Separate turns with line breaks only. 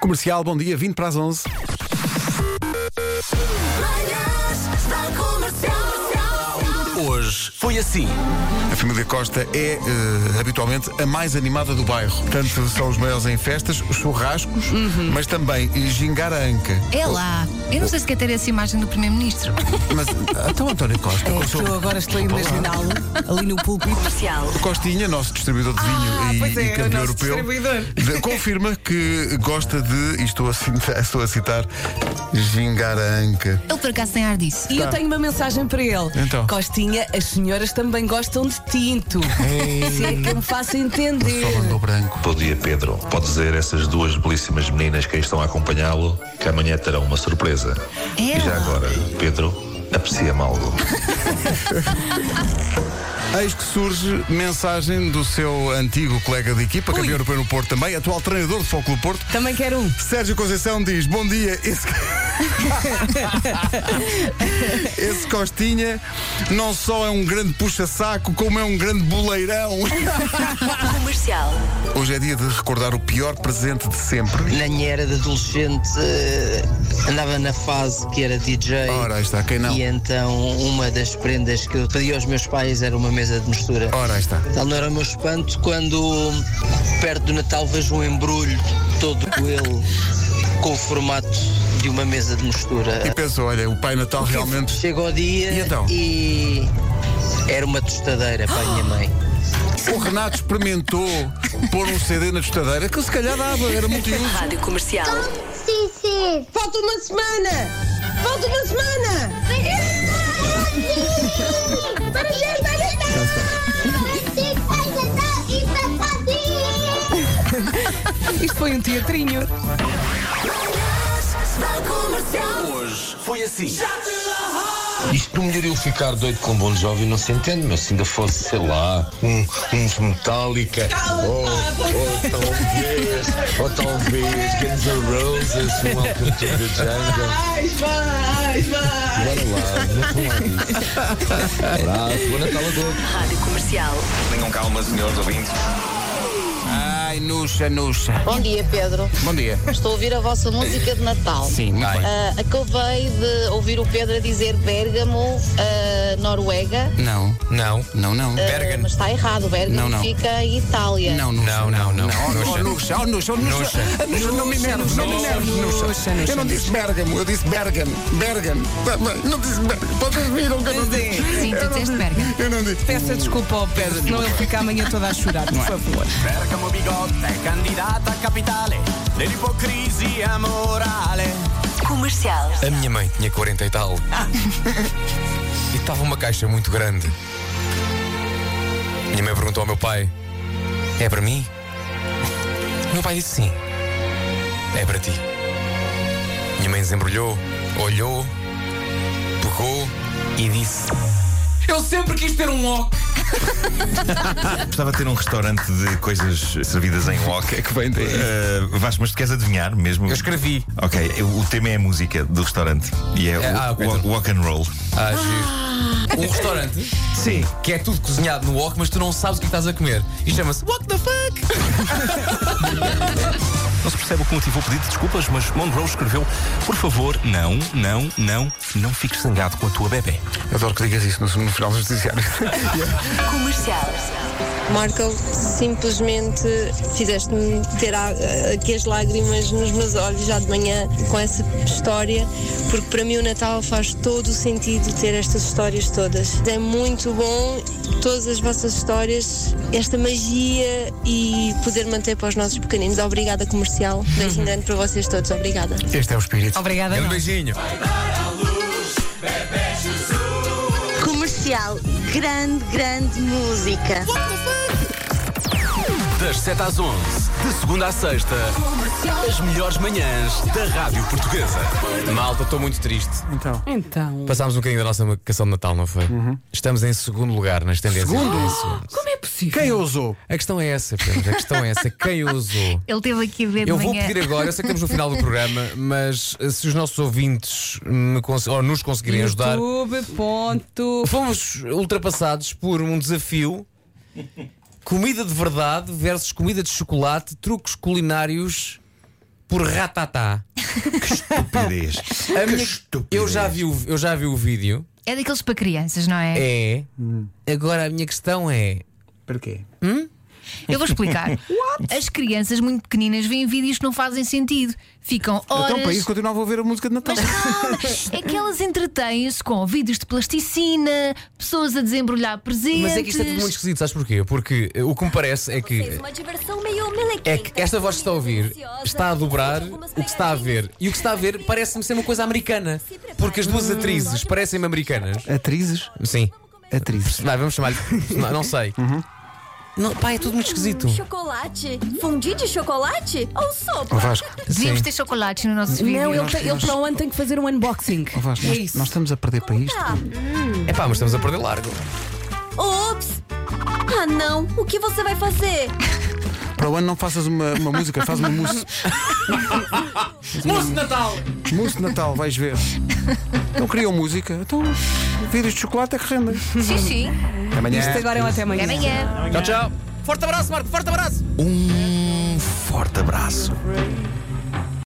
Comercial, bom dia, 20 para as 11.
Manhãs da Comercial.
Hoje foi assim.
A família Costa é eh, habitualmente a mais animada do bairro. Portanto, são os maiores em festas, churrascos,
Uhum.
mas também eh, gingar a anca.
É lá. Eu não sei se quer ter essa imagem do Primeiro-Ministro.
Mas então António Costa,
É
com o
que
seu-
eu agora estou a imaginá-lo ali no púlpito.
Costinha, nosso distribuidor de vinho
Ah,
e,
pois é,
e
o
campeão
nosso
europeu,
distribuidor.
de- confirma que gosta de, e estou a, citar, estou a citar, gingar a anca.
Ele por acaso tem ar disso.
E eu tenho uma mensagem para ele.
Tá. Então.
Costinha, as senhoras também gostam de tinto. Se é que me faço entender.
Só mandou branco.
Bom dia, Pedro. Pode dizer a essas duas belíssimas meninas que aí estão a acompanhá-lo que amanhã terão uma surpresa.
É
E já
lá.
agora, Pedro, aprecia-me algo.
Eis que surge mensagem do seu antigo colega de equipa, campeão europeu no Porto também, atual treinador de Fóculo Porto,
Também quero um.
Sérgio Conceição diz: Bom dia, esse. esse Costinha não só é um grande puxa-saco, como é um grande boleirão.
Comercial.
Hoje é dia de recordar o pior presente de sempre.
Na minha era de adolescente eh, andava na fase que era DJ
Ora, aí está, quem não?
e então uma das prendas que eu pedi aos meus pais era uma mesa de mistura.
Ora, aí está.
Tal não era o meu espanto quando perto do Natal vejo um embrulho todo ele com o formato de uma mesa de
E
mistura.
pensou: olha, o Pai Natal realmente.
Chega ao dia
E então?
e era uma tostadeira para a minha mãe.
O Renato experimentou pôr um CD na tostadeira, que se calhar dava, era muito útil.
Rádio Comercial.
Falta uma semana! Falta uma semana!
Isto foi um teatrinho.
Manhãs da Comercial.
Hoje foi assim.
Isto do mulherio ficar doido com Bon Jovi não se entende, mas se ainda fosse, sei lá, um, uns Metallica, ou, ou talvez, ou talvez Guns N' Roses, um Welcome to the Jungle. Bora lá, não falar disso. Abraço, boa Natal a todos.
Rádio Comercial.
Tenham calma, senhores ouvintes.
Ai, Nuxa, Nuxa.
Bom dia, Pedro.
Bom dia.
Estou a ouvir a vossa música de Natal.
Sim, muito bem.
Ah, acabei de ouvir o Pedro a dizer Bérgamo, ah, Noruega,
Não,
Não.
não, não.
ah, mas está errado. Bérgamo
Não, não.
fica em Itália.
Não, Nuxa.
Não, não, não.
Oh,
Nuxa.
oh, Nuxa, oh, Nuxa, oh, Nuxa. Ah, Nuxa, não me enerves, não me enerves, Nuxa. Eu não disse Bergamo, eu disse Bergamo. Bergamo. Tá, mas Não disse Bergamo. Vocês viram que eu não disse.
Sim, tu disseste Bergamo.
Eu não disse.
Peço desculpa ao Pedro, senão ele fica amanhã toda a chorar,
é?
por favor.
Bergamo Bigotta è candidata a capitale dell'ipocrisia morale.
Comercial.
A minha mãe tinha 40 e tal. E estava uma caixa muito grande. Minha mãe perguntou ao meu pai: É para mim? O meu pai disse sim. É para ti. Minha mãe desembrulhou, olhou, pegou e disse: Eu sempre quis ter um óculos.
Gostava de ter um restaurante de coisas servidas em wok.
que vem daí?
Eh, Vasco, mas tu queres adivinhar mesmo?
Eu escrevi.
Ok, eu- o tema é a música do restaurante e é,
ah,
o,
ok,
walk,
então.
walk and roll.
Ah, giro. Um restaurante
Sim.
que é tudo cozinhado no wok, mas tu não sabes o que estás a comer. E chama-se What the fuck?
Não se percebe o que motivou o pedido de desculpas, mas Monroe escreveu: Por favor, não, não, não, não fiques zangado com a tua bebê.
Adoro que digas isso no, final do judiciário.
Comercial.
Marco, simplesmente fizeste-me ter a- aqui as lágrimas nos meus olhos já de manhã com essa história, porque para mim o Natal faz todo o sentido ter estas histórias todas. É muito bom todas as vossas histórias, esta magia e poder manter para os nossos pequeninos. Obrigada, comercial. Beijo
Uhum.
grande para vocês todos. Obrigada.
Este é o espírito.
Obrigada,
Um
não.
beijinho.
Comercial, grande, grande música.
Das 7 às 11, de segunda à sexta, as melhores manhãs da Rádio Portuguesa. Malta, estou muito triste.
Então.
Passámos um bocadinho da nossa canção de Natal, não foi? Estamos em segundo lugar nas tendências.
Uhum. Segundo?
Como é possível?
Quem ousou?
A questão é essa, Pedro. A questão é essa. Quem usou?
Ele teve aqui a ver de
Eu vou
manhã.
pedir agora, eu sei que estamos no final do programa, mas eh, se os nossos ouvintes me conse- ou nos conseguirem ajudar.
YouTube, ponto.
Fomos ultrapassados por um desafio: comida de verdade versus comida de chocolate, truques culinários. por ratatá.
Estupidez.
A minha- Eu já vi o, eu já vi o vídeo.
É daqueles para crianças, não é?
É. Agora a minha questão é. Porquê?
Eu vou explicar. As crianças muito pequeninas veem vídeos que não fazem sentido. Ficam horas.
Então, para isso, continuava a ouvir a música de Natal.
é que elas entretêm-se com vídeos de plasticina, pessoas a desembrulhar presentes.
Mas é que isto é tudo muito esquisito, sabes porquê? Porque eh, o que me parece é que.
Uma diversão meio melequenta.
É que esta voz que está a ouvir está a dobrar o que está a ver. E o que está a ver parece-me ser uma coisa americana. Porque as duas atrizes parecem-me americanas.
Atrizes?
Sim.
Atrizes.
Vai, vamos chamar-lhe. Não, não sei. Não, pá, é tudo muito esquisito.
Chocolate? Fundi de chocolate? Ou sopa?
Devíamos
Sim.
ter chocolate no nosso vídeo.
Não, ele, tem- ele para o ano tem que fazer um unboxing.
Oh, Vasco,
é
nós,
isso.
nós estamos a perder para isto.
É pá, mas estamos a perder largo.
Ops! Ah não, o que você vai fazer?
Para o ano não faças uma, uma música, faz uma mousse.
Mousse de Natal.
Mousse de Natal, vais ver. Então criam música. Então, vídeos de chocolate é que rendem.
tá-
Sim, sim.
Até Amanhã.
Isto agora é um até amanhã.
Até amanhã.
Tchau, tchau. Forte abraço, Marco, forte abraço.
Um forte abraço.